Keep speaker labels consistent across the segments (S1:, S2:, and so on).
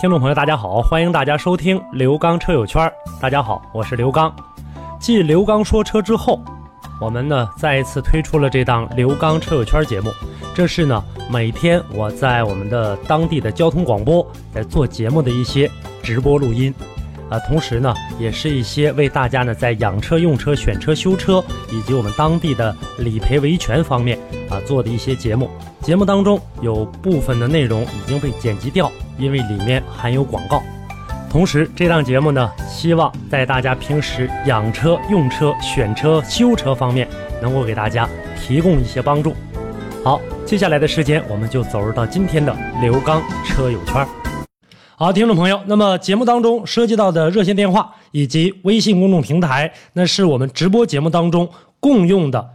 S1: 听众朋友，大家好，欢迎大家收听刘刚车友圈儿。大家好，我是刘刚。继刘刚说车之后，我们呢再一次推出了这档刘刚车友圈节目。这是呢每天我在我们的当地的交通广播在做节目的一些直播录音，啊，同时呢也是一些为大家呢在养车、用车、选车、修车以及我们当地的理赔维权方面啊做的一些节目。节目当中有部分的内容已经被剪辑掉，因为里面含有广告。同时，这档节目呢，希望在大家平时养车、用车、选车、修车方面，能够给大家提供一些帮助。好，接下来的时间，我们就走入到今天的刘刚车友圈儿。好，听众朋友，那么节目当中涉及到的热线电话以及微信公众平台，那是我们直播节目当中共用的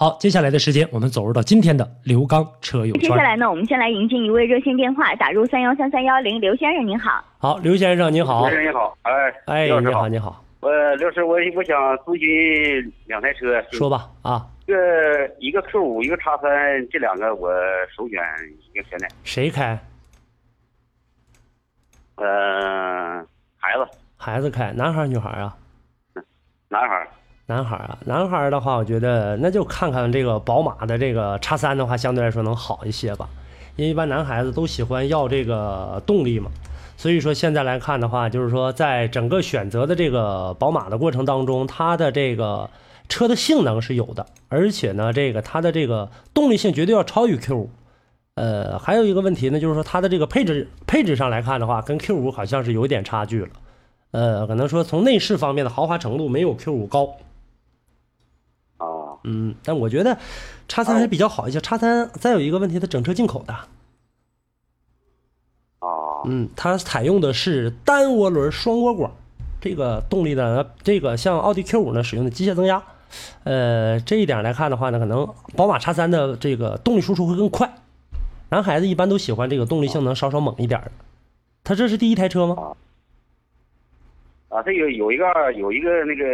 S1: 好，接下来的时间我们走入到今天的刘刚车友
S2: 接
S1: 圈
S2: 下。来呢，我们先来迎进一位热线电话，打入三幺三三幺零，刘先生您好。
S1: 好，刘先生您好
S3: 先，生你好，哎，
S1: 哎，
S3: 刘老师
S1: 你好，你好，
S3: 呃，刘老师，我我想咨询两台车，
S1: 说吧啊，
S3: 一个一个 Q 五，一个叉三，这两个我首选一个选哪？
S1: 谁开？
S3: 呃，孩子，
S1: 孩子开，男孩儿女孩儿啊？
S3: 男孩儿，
S1: 男孩儿啊，男孩儿的话，我觉得那就看看这个宝马的这个叉三的话，相对来说能好一些吧，因为一般男孩子都喜欢要这个动力嘛，所以说现在来看的话，就是说在整个选择的这个宝马的过程当中，它的这个车的性能是有的，而且呢，这个它的这个动力性绝对要超于 Q 五。呃，还有一个问题呢，就是说它的这个配置配置上来看的话，跟 Q 五好像是有一点差距了。呃，可能说从内饰方面的豪华程度没有 Q 五高，
S3: 啊，
S1: 嗯，但我觉得叉三还比较好一些。叉三再有一个问题，它整车进口的，
S3: 啊，
S1: 嗯，它采用的是单涡轮双涡管，这个动力呢，这个像奥迪 Q 五呢使用的机械增压，呃，这一点来看的话呢，可能宝马叉三的这个动力输出会更快。男孩子一般都喜欢这个动力性能稍稍猛一点儿的。他这是第一台车吗？
S3: 啊，这有有一个有一个那个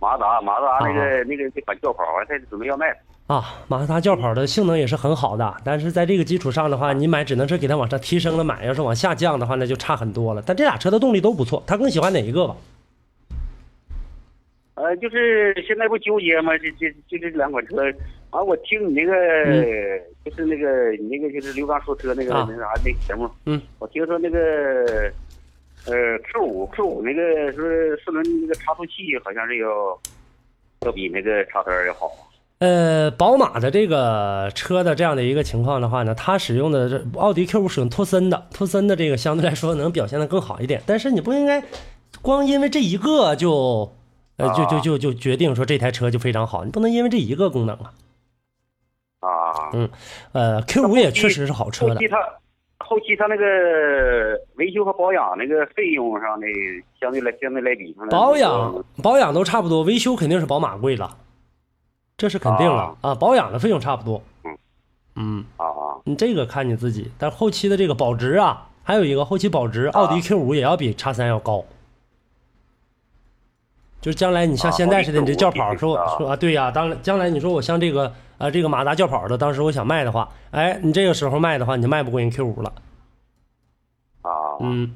S3: 马自达，马自达那个、那个那款轿跑，完他准备要卖，
S1: 啊，马自达轿跑的性能也是很好的，但是在这个基础上的话，你买只能是给它往上提升了买，要是往下降的话，那就差很多了。但这俩车的动力都不错，他更喜欢哪一个吧？
S3: 呃，就是现在不纠结吗？这这就这两款车。啊，我听你那个、就是那个你那个就是刘刚说车那个、
S1: 嗯啊
S3: 那啥那节目，
S1: 嗯，
S3: 我听说那个呃 Q 五 Q 五那个说四轮那个差速器好像是要要比那个叉三要好，
S1: 呃，宝马的这个车的这样的一个情况的话呢，它使用的这奥迪 Q 五使用托森的，托森的这个相对来说能表现的更好一点。但是你不应该光因为这一个就，呃，就就就就决定说这台车就非常好，你不能因为这一个功能啊。
S3: 啊。
S1: 嗯，呃，Q 五也确实是好车
S3: 后
S1: 的
S3: 期它后期它那个维修和保养那个费用上的相对来相对来比上来说
S1: 保养保养都差不多，维修肯定是宝马贵了，这是肯定了啊，保养的费用差不多。
S3: 嗯
S1: 嗯，
S3: 啊
S1: 你这个看你自己，但后期的这个保值啊，还有一个后期保值，奥
S3: 啊
S1: 迪 Q 五也要比叉三要高。就是将来你像
S3: 啊
S1: 现在似的，
S3: 奥
S1: 你
S3: 迪
S1: 这
S3: Q5
S1: 轿跑说
S3: 啊
S1: 说啊，对呀、当然将来你说我像这个啊这个马达轿跑的，当时我想卖的话，哎，你这个时候卖的话，你就卖不过人 Q 五了。
S3: 啊，
S1: 嗯，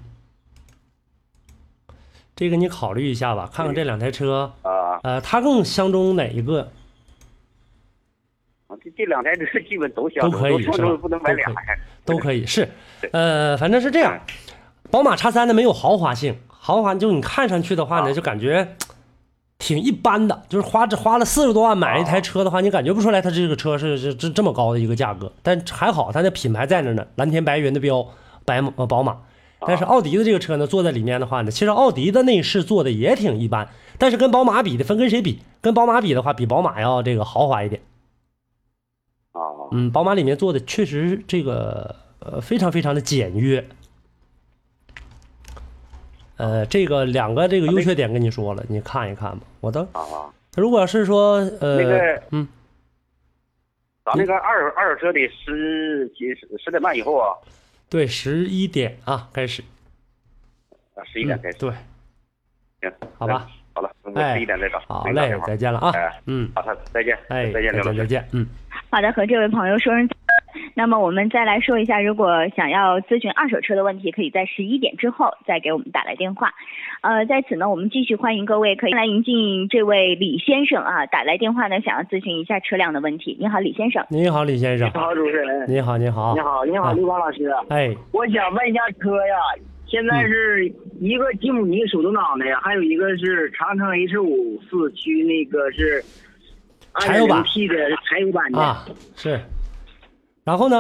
S1: 这个你考虑一下吧，看看这两台车，
S3: 啊，
S1: 呃，它更相中哪一个？
S3: 这这两台车基本都销售，
S1: 都可以
S3: 我
S1: 是
S3: 说
S1: 吧
S3: 不能买俩
S1: 都可以
S3: 呀，
S1: 都可以是，呃，反正是这样。
S3: 哎
S1: 宝马叉三呢没有豪华性，豪华就你看上去的话呢，
S3: 啊
S1: 就感觉挺一般的，就是花这花了四十多万买一台车的话，你感觉不出来它这个车是是这这么高的一个价格，但还好它的品牌在那儿呢，蓝天白云的标，白马呃宝马。
S3: 啊
S1: 但是奥迪的这个车呢，坐在里面的话呢，其实奥迪的内饰做的也挺一般，但是跟宝马比的分跟谁比？跟宝马比的话，比宝马要这个豪华一点。
S3: 啊，
S1: 嗯，宝马里面做的确实这个呃非常非常的简约。呃，这个两个这个优缺点跟你说了，你看一看吧。我的
S3: 啊，
S1: 如果要是说呃，
S3: 那个
S1: 嗯，
S3: 咱那个二二手车得十几十十点半以后啊，
S1: 对，十一点啊开始，
S3: 啊十一点开始
S1: 嗯，对，
S3: 行，
S1: 好吧
S3: 嗯，好了，我
S1: 哎
S3: 十一点再找，
S1: 好
S3: 给你打
S1: 嘞
S3: 电，话
S1: 再见了啊
S3: 哎，
S1: 嗯，
S3: 好的，再见，
S1: 哎，
S3: 再
S1: 再
S3: 见，刘老
S1: 见，
S3: 师
S1: 再。见，嗯，
S2: 好的，和这位朋友说声。那么我们再来说一下，如果想要咨询二手车的问题，可以在十一点之后再给我们打来电话。呃，在此呢，我们继续欢迎各位可以来迎进这位李先生啊，打来电话呢，想要咨询一下车辆的问题。你好，李先生。
S1: 你好，李先生，
S4: 好，主持人，
S1: 你好，你好
S4: 你，好，你好，
S1: 啊
S4: 刘芳老师，
S1: 哎，
S4: 我想问一下车呀，现在是
S1: 嗯
S4: 一个吉姆尼手动挡的呀，还有一个是长城 H 五四驱，那个是
S1: 柴油版
S4: 2.0T 的柴油版的，
S1: 啊，是，然后呢，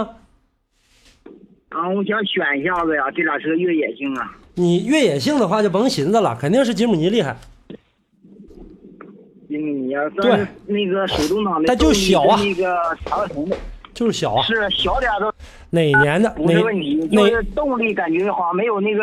S4: 然啊后我想选一下子呀，这俩车越野性啊，
S1: 你越野性的话就甭寻思了，肯定是吉姆尼厉害，
S4: 吉姆尼啊，但是那个手动挡的，
S1: 但就小啊
S4: 那个长城的
S1: 就是小啊，
S4: 是小点儿都
S1: 哪年的
S4: 啊不
S1: 哪
S4: 是问题，
S1: 哪
S4: 就是动力感觉好像没有那个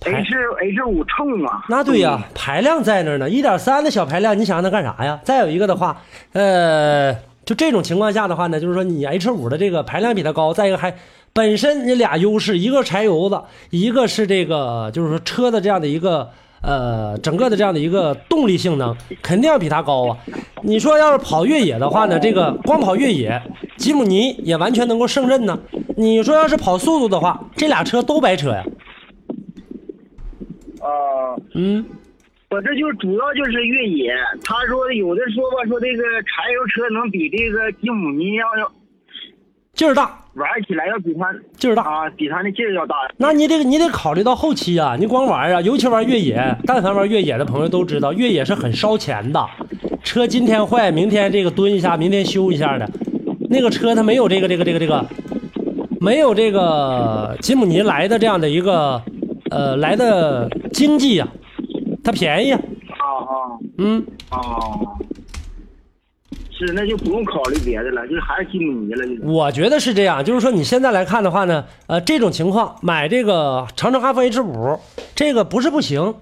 S1: 排
S4: H H 五冲啊，
S1: 那对呀、排量在那儿呢，一点三的小排量，你想让它干啥呀？再有一个的话，呃，就这种情况下的话呢，就是说你 H 五的这个排量比它高，再一个还本身你俩优势，一个柴油的，一个是这个就是说车的这样的一个呃整个的这样的一个动力性能，肯定要比它高啊。你说要是跑越野的话呢，这个光跑越野，吉姆尼也完全能够胜任呢。你说要是跑速度的话，这俩车都白扯呀。
S4: 啊。
S1: 嗯，
S4: 我这就是主要就是越野，他说的有的说吧，说这个柴油车能比这个吉姆尼要要
S1: 劲儿大，
S4: 玩起来要比它
S1: 劲儿大。
S4: 啊，比它那劲儿要大。
S1: 那你得你得考虑到后期啊，你光玩啊，尤其玩越野，但凡玩越野的朋友都知道，越野是很烧钱的，车今天坏，明天这个蹲一下，明天修一下的，那个车它没有这个这个这个这个，没有这个吉姆尼来的这样的一个，呃，来的经济呀、它便宜、啊，
S4: 啊
S1: 嗯，
S4: 啊啊！是，那就不用考虑别的了，就是还是吉姆尼了，就是
S1: 我觉得是这样，就是说你现在来看的话呢，呃，这种情况买这个长城哈弗 H 五，这个不是不行，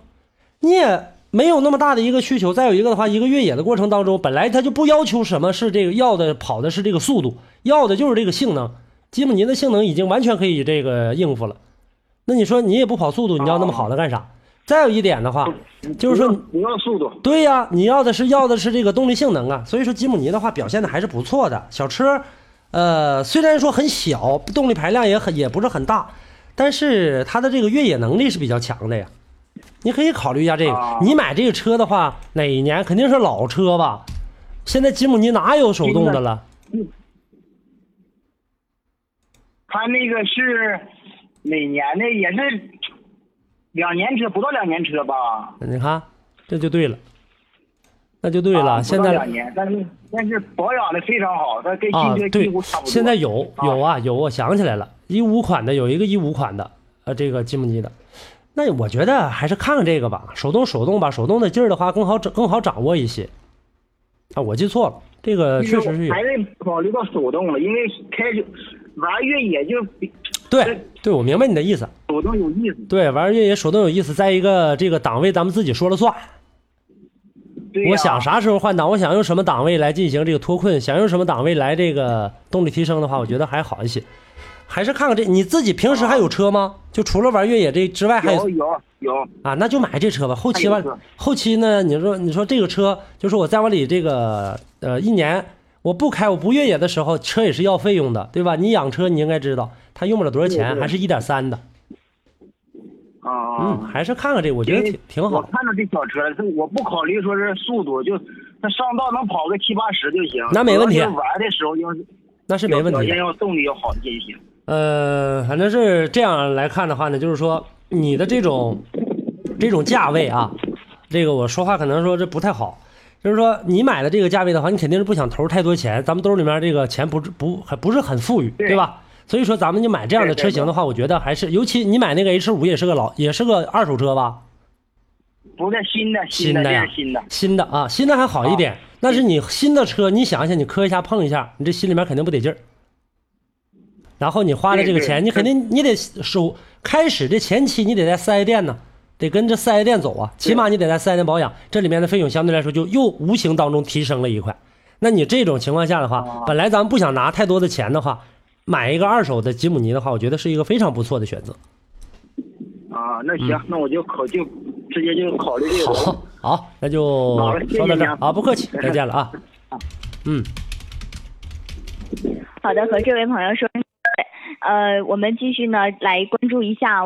S1: 你也没有那么大的一个需求。再有一个的话，一个越野的过程当中，本来它就不要求什么是这个要的跑的是这个速度，要的就是这个性能。吉姆尼的性能已经完全可以这个应付了。那你说你也不跑速度，你要那么好的干啥？再有一点的话，就是说你
S4: 不要速度。
S1: 对呀、你要的是要的是这个动力性能啊，所以说吉姆尼的话表现的还是不错的。小车，呃，虽然说很小，动力排量也很也不是很大，但是它的这个越野能力是比较强的呀。你可以考虑一下这个
S4: 啊。
S1: 你买这个车的话，哪一年肯定是老车吧？现在吉姆尼哪有手动的了？
S4: 他那个是哪年的？也是两年车，不到两年车吧？啊
S1: 你看，这就对了，那就对了。
S4: 啊不
S1: 现
S4: 到
S1: 在
S4: 两年，但是但是保养的非常好，它跟
S1: 啊
S4: 新车，几
S1: 对
S4: 乎差不，多。
S1: 现在有
S4: 啊
S1: 有啊有，我想起来了，一五款的有一个一五款的，呃，这个吉姆尼的。那我觉得还是看看这个吧，手动手动吧，手动的劲儿的话更好掌更好掌握一些。啊，我记错了，这个确实是有
S4: 还，是考虑到手动了，因为开始玩越野就比
S1: 对对，我明白你的意思，
S4: 手动有意思。
S1: 对，玩越野手动有意思。再一个，这个档位咱们自己说了算，
S4: 对呀
S1: 我想啥时候换挡，我想用什么档位来进行这个脱困，想用什么档位来这个动力提升的话，我觉得还好一些。还是看看这你自己平时还有车吗？就除了玩越野这之外，还有
S4: 有有有，
S1: 啊，那就买这车吧。后期完
S4: 还有车，
S1: 后期呢，你说你说这个车，就是我再往里这个呃一年，我不开我不越野的时候，车也是要费用的，对吧？你养车你应该知道，它用不了多少钱，
S4: 对对
S1: 还是一点三的，
S4: 啊、
S1: 嗯，还是看看这个，我觉得挺挺
S4: 我
S1: 好。
S4: 看到这小车了，这我不考虑说是速度，就那上道能跑个七八十就行。
S1: 那没问题
S4: 主要是玩的时候要是
S1: 那是没问
S4: 表
S1: 题
S4: 现
S1: 的。
S4: 要动力要好一些就行。
S1: 呃，反正是这样来看的话呢，就是说你的这种这种价位啊，这个我说话可能说这不太好，就是说你买的这个价位的话，你肯定是不想投入太多钱，咱们兜里面这个钱不是不还不是很富裕，
S4: 对
S1: 对吧？所以说咱们就买这样的
S4: 对对
S1: 车型的话，我觉得还是，尤其你买那个 H 五也是个老也是个二手车吧，
S4: 不是新的，
S1: 新
S4: 的
S1: 的呀
S4: 这是新的，
S1: 新的啊，新的还好一点，但是你新的车，你想一想，你磕一下碰一下，你这心里面肯定不得劲儿。然后你花了这个钱，
S4: 对对
S1: 你肯定你得首开始这前期你得在四 S 店呢，得跟着四 S 店走啊，起码你得在四 S 店保养，这里面的费用相对来说就又无形当中提升了一块。那你这种情况下的
S4: 哦
S1: 话，本来咱们不想拿太多的钱的话，买一个二手的吉姆尼的话，我觉得是一个非常不错的选择。
S4: 啊，那
S1: 嗯
S4: 行，那我就考就直接就考虑这个。
S1: 好，好，那就
S4: 哦好了谢谢
S1: 说到这
S4: 你
S1: 儿
S4: 啊
S1: 啊，不客 气，再见了啊。嗯，
S2: 好的，和这位朋友说，呃，我们继续呢来关注一下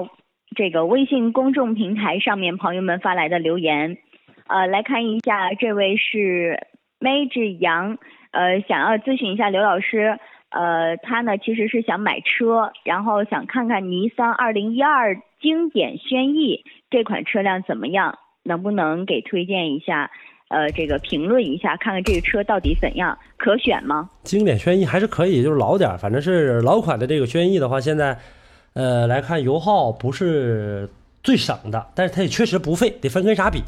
S2: 这个微信公众平台上面朋友们发来的留言，呃，来看一下，这位是 May 志阳，呃，想要咨询一下刘老师，呃，他呢其实是想买车，然后想看看尼桑二零一二经典轩逸这款车辆怎么样，能不能给推荐一下？呃，这个评论一下，看看这个车到底怎样，可选吗？
S1: 经典轩逸还是可以，就是老点儿，反正是老款的这个轩逸的话，现在呃来看油耗不是最省的，但是它也确实不费，得分跟啥比。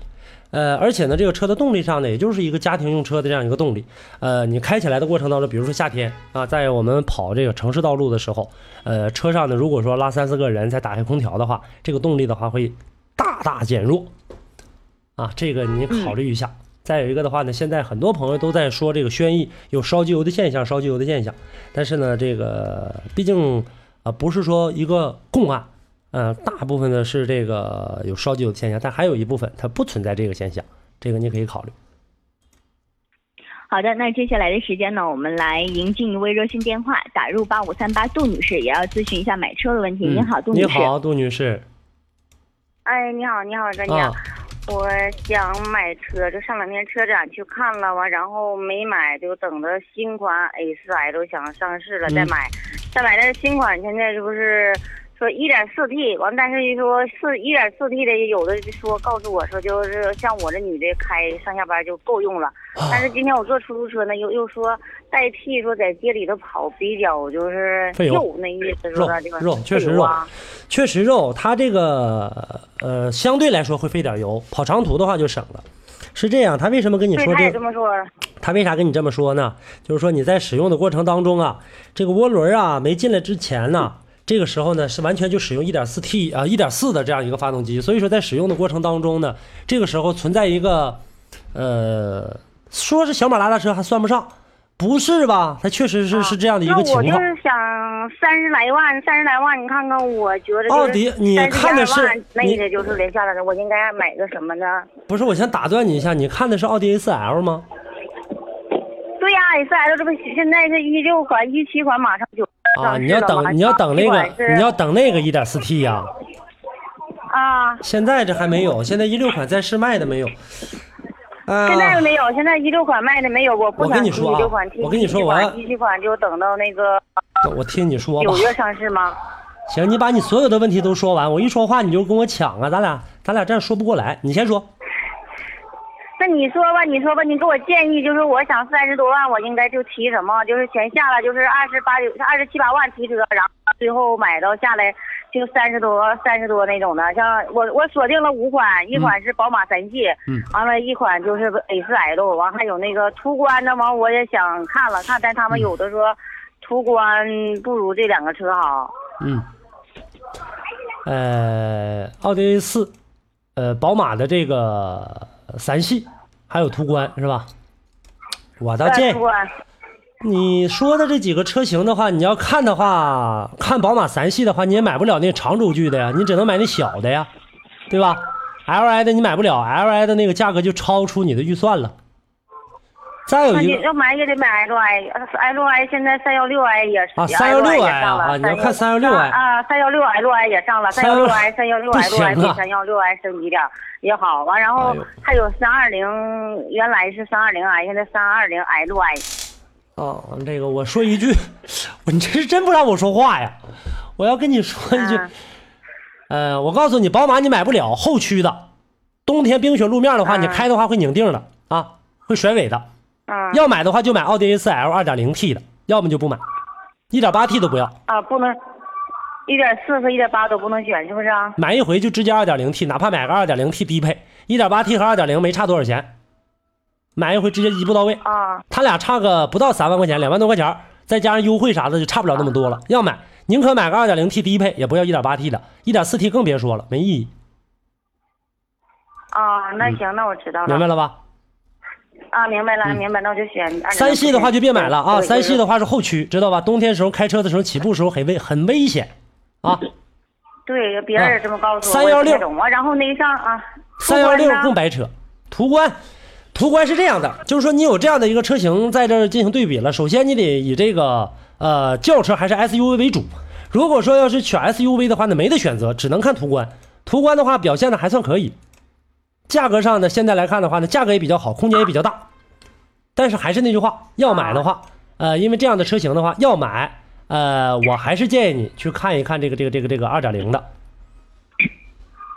S1: 呃，而且呢，这个车的动力上呢，也就是一个家庭用车的这样一个动力。呃，你开起来的过程当中，比如说夏天啊，在我们跑这个城市道路的时候，呃，车上呢，如果说拉三四个人再打开空调的话，这个动力的话会大大减弱。啊，这个你
S2: 嗯
S1: 考虑一下。再有一个的话呢，现在很多朋友都在说这个轩逸有烧机油的现象，烧机油的现象。但是呢，这个毕竟啊、呃不是说一个共案，呃，大部分呢是这个有烧机油的现象，但还有一部分它不存在这个现象，这个你可以考虑。
S2: 好的，那接下来的时间呢，我们来迎进一位热线电话，打入八五三八，杜女士也要咨询一下买车的问题。嗯您好，杜女
S1: 嗯你
S2: 士。
S1: 好，杜女士
S5: 哎，你好，你好，专家，
S1: 啊，
S5: 我想买车，就上两天车展去看了完，然后没买，就等着新款 A 四 L 想上市了再
S1: 嗯
S5: 买，再买但是新款现在这不是说一点四 T，完但是就说四一点四 T 的有的就说告诉我说就是像我这女的开上下班就够用了，
S1: 啊
S5: 但是今天我坐出租车呢，又又说代替说在街里头跑比较就是
S1: 费油
S5: 肉那意思说的这个
S1: 肉确实
S5: 费油啊
S1: 确实肉它这个呃相对来说会费点油，跑长途的话就省了。是这样，他为什么跟你
S5: 对，
S1: 说
S5: 他
S1: 这
S5: 也
S1: 个
S5: 这？么说。
S1: 他为啥跟你这么说呢？就是说你在使用的过程当中啊，这个涡轮啊没进来之前呢、这个时候呢是完全就使用 1.4T 啊1.4的这样一个发动机，所以说在使用的过程当中呢，这个时候存在一个呃，说是小马拉大车还算不上，不是吧？它确实是是这样的一
S5: 啊那
S1: 个情
S5: 我就
S1: 况。
S5: 是想三十来万，三十来万，你看看，我觉得就是
S1: 奥迪你
S5: 32
S1: 看的是
S5: 万那
S1: 你
S5: 意思就是留下来的，我应该买个什么呢？
S1: 不是，我先打断你一下，你看的是奥迪 A4L 吗？
S5: 对呀、s L 这不现在是一六款、一七款，马上就
S1: 啊，你要等你要等那个你要等那个 1.4T 呀、
S5: 啊，
S1: 现在这还没有，现在一六款在试卖的没有。啊、
S5: 嗯现在没有，现在一六款卖的没有，我不
S1: 我跟
S5: 想
S1: 你
S5: 一
S1: 说啊
S5: 六款提，
S1: 我跟你说我要
S5: 一七款就等到那个
S1: 那我听你说吧
S5: 九。月上市吗？
S1: 行，你把你所有的问题都说完，我一说话你就跟我抢啊，咱俩咱俩这样说不过来。你先说，
S5: 那你说吧，你说吧，你给我建议，就是我想三十多万，我应该就提什么？就是全下来就是二十八九、二十七八万提车，然后最后买到下来就三十多、三十多那种的。像我我锁定了五款，一款是宝马三系，
S1: 嗯
S5: 完了，一款就是 A 四 L，完还有那个途观的，完我也想看了看，但他
S1: 嗯
S5: 们有的说途观不如这两个车好。
S1: 嗯，呃，奥迪 A 四，呃，宝马的这个三系，还有途观是吧？我倒
S5: 呃
S1: 啊建议
S5: 途观
S1: 你说的这几个车型的话，你要看的话，看宝马三系的话，你也买不了那长轴距的呀，你只能买那小的呀，对吧？L I 的你买不了，L I 的那个价格就超出你的预算了。再有
S5: 那
S1: 一
S5: 啊你
S1: 个
S5: 要买也得买 L I，L I 现在三幺六 I 也
S1: 啊
S5: 也
S1: 316i
S5: 也上了
S1: 啊啊你要看 316i
S5: 啊，三幺六 L I 也上了，三幺六 I 三幺六
S1: 不
S5: L
S1: 行
S5: I
S1: 啊
S5: 比三幺六 I 升级点儿也好完，然后
S1: 哎呦
S5: 还有三二零，原来是三二零 I，现在三二零 L I。
S1: 哦，这个我说一句， 我你这是真不让我说话呀！我要跟你说一句，
S5: 啊
S1: 呃，我告诉你，宝马你买不了后驱的，冬天冰雪路面的话，你开的话会拧腚的啊，会甩尾的。
S5: 嗯
S1: 要买的话就买奥迪 A4L 2.0T 的，要么就不买，1.8T 都不要，
S5: 啊，不能一点四和一点八都不能选，是不是啊？
S1: 买一回就直接 2.0T，哪怕买个 2.0T 低配，1.8T 和2.0没差多少钱，买一回直接一步到位。
S5: 啊，
S1: 他俩差个不到三万块钱，两万多块钱儿，再加上优惠啥的，就差不了那么多了。要买，宁可买个二点零 T 低配，也不要一点八 T 的，一点四 T 更别说了，没意义，
S5: 啊，那行，那我知道了。
S1: 嗯明白了吧？
S5: 啊，明白了，明白，那我就选2020。
S1: 三系的话就别买了啊，
S5: 对
S1: 三系的话是后驱，知道吧？冬天时候开车的时候，起步时候很危很危险啊。
S5: 对，别人也这么告诉我，
S1: 316
S5: 我也不懂啊。然后那个像啊，
S1: 三幺
S5: 途
S1: 六
S5: 观呢
S1: 更白扯。途观，途观是这样的，就是说你有这样的一个车型在这儿进行对比了，首先你得以这个呃轿车还是 SUV 为主。如果说要是选 SUV 的话，那没得选择，只能看途观。途观的话表现的还算可以，价格上呢，现在来看的话呢，价格也比较好，空间也比较大。但是还是那句话，要买的话，呃，因为这样的车型的话，要买，呃，我还是建议你去看一看这个这个这个这个二点零的，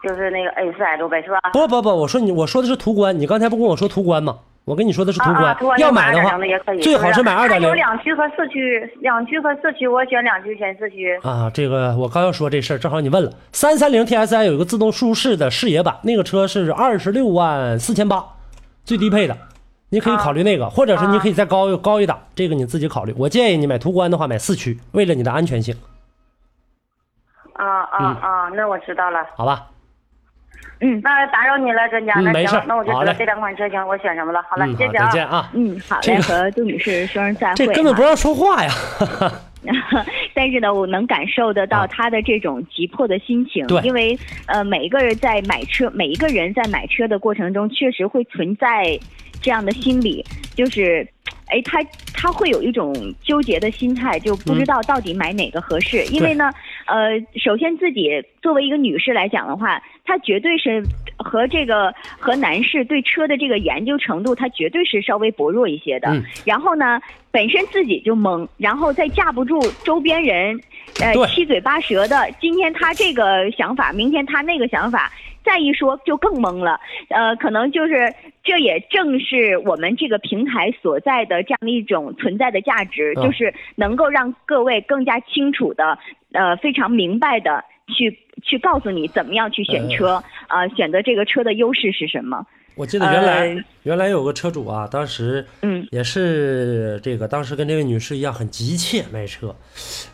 S5: 就是那个 A 四 L 呗，是吧？
S1: 不不不，我说你，我说的是途观，你刚才不跟我说途观吗？我跟你说的是途观，
S5: 啊啊途观
S1: 要买的
S5: 2.0
S1: 话
S5: 的也可以，
S1: 最好是买二点
S5: 它有
S1: 零
S5: 两驱和四驱，两驱和四驱，我选两驱，选四驱。
S1: 啊。这个我刚要说这事儿，正好你问了，三三零 TSI 有一个自动舒适的视野版，那个车是二十六万四千八，最低配的，你
S5: 啊
S1: 可以考虑那个，或者是你可以再高、高一档，这个你自己考虑。我建议你买途观的话，买四驱，为了你的安全性，
S5: 啊
S1: 嗯
S5: 啊啊，那我知道了。
S1: 好吧？
S2: 嗯
S5: 那打扰你了，专家。
S1: 嗯
S5: 那
S1: 没事
S5: 行，那我就
S1: 好
S5: 知道
S1: 嘞
S5: 这两款车型我选什么了。好了，
S1: 嗯，
S5: 谢
S1: 好，
S5: 谢啊
S1: 再。见啊。
S2: 嗯，好
S1: 这
S2: 嘞，
S1: 个
S2: 和杜女士说声再
S1: 这
S2: 会。
S1: 根本
S2: 哈
S1: 不让说话呀！
S2: 但是呢，我能感受得
S1: 啊
S2: 到他的这种急迫的心情，
S1: 对
S2: 因为呃，每一个人在买车，每一个人在买车的过程中，确实会存在这样的心理，就是。哎，他他会有一种纠结的心态，就
S1: 嗯
S2: 不知道到底买哪个合适。因为呢，呃，首先自己作为一个女士来讲的话，她绝对是和这个和男士对车的这个研究程度，她绝对是稍微薄弱一些的。
S1: 嗯
S2: 然后呢，本身自己就懵，然后再架不住周边人，呃
S1: 对，
S2: 七嘴八舌的。今天他这个想法，明天他那个想法，再一说就更懵了。呃，可能就是这也正是我们这个平台所在的这样的一种存在的价值，
S1: 嗯
S2: 就是能够让各位更加清楚的，呃，非常明白的去去告诉你怎么样去选车，
S1: 嗯
S2: 呃，选择这个车的优势是什么。
S1: 我记得原来、
S2: 呃
S1: 原来有个车主啊，当时
S2: 嗯
S1: 也是这个，当时跟这位女士一样很急切买车，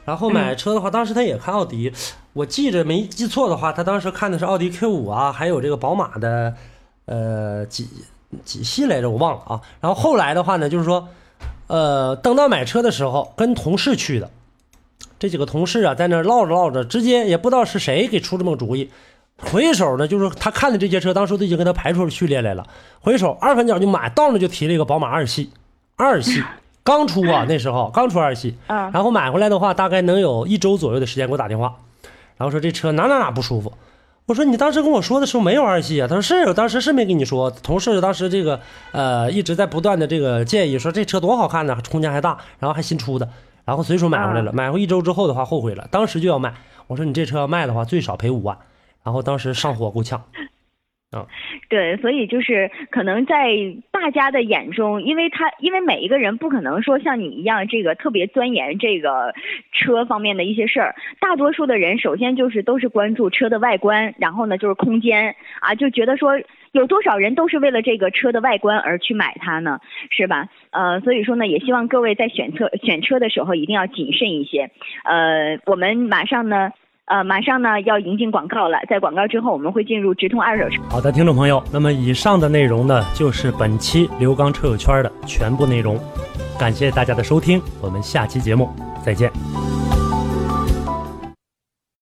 S1: 然后买车的话，当时她也看奥迪，我记着没记错的话，她当时看的是奥迪 Q 五啊，还有这个宝马的呃几几系来着，我忘了啊。然后后来的话呢，就是说，呃，等到买车的时候，跟同事去的，这几个同事啊，在那儿唠着唠着，直接也不知道是谁给出这么个主意。回手呢，就是他看的这些车，当时都已经给他排出序列来了。回手二反脚就买，到那就提了一个宝马二系，二系刚出啊，那时候刚出二系。
S2: 嗯
S1: 然后买回来的话，大概能有一周左右的时间给我打电话，然后说这车哪哪哪不舒服。我说你当时跟我说的时候没有二系啊？他说是，我当时是没跟你说。同事当时这个呃一直在不断的这个建议说这车多好看呢，空间还大，然后还新出的，然后随手买回来了。买回一周之后的话后悔了，当时就要卖。我说你这车要卖的话最少赔五万，然后当时上火够呛。
S2: 对，所以就是可能在大家的眼中，因为他因为每一个人不可能说像你一样这个特别钻研这个车方面的一些事儿，大多数的人首先就是都是关注车的外观，然后呢就是空间啊，就觉得说有多少人都是为了这个车的外观而去买它呢，是吧？呃，所以说呢，也希望各位在选车选车的时候一定要谨慎一些。呃，我们马上呢。呃，马上呢要迎进广告了，在广告之后，我们会进入直通二手车。
S1: 好的，听众朋友，那么以上的内容呢，就是本期刘刚车友圈的全部内容，感谢大家的收听，我们下期节目再见。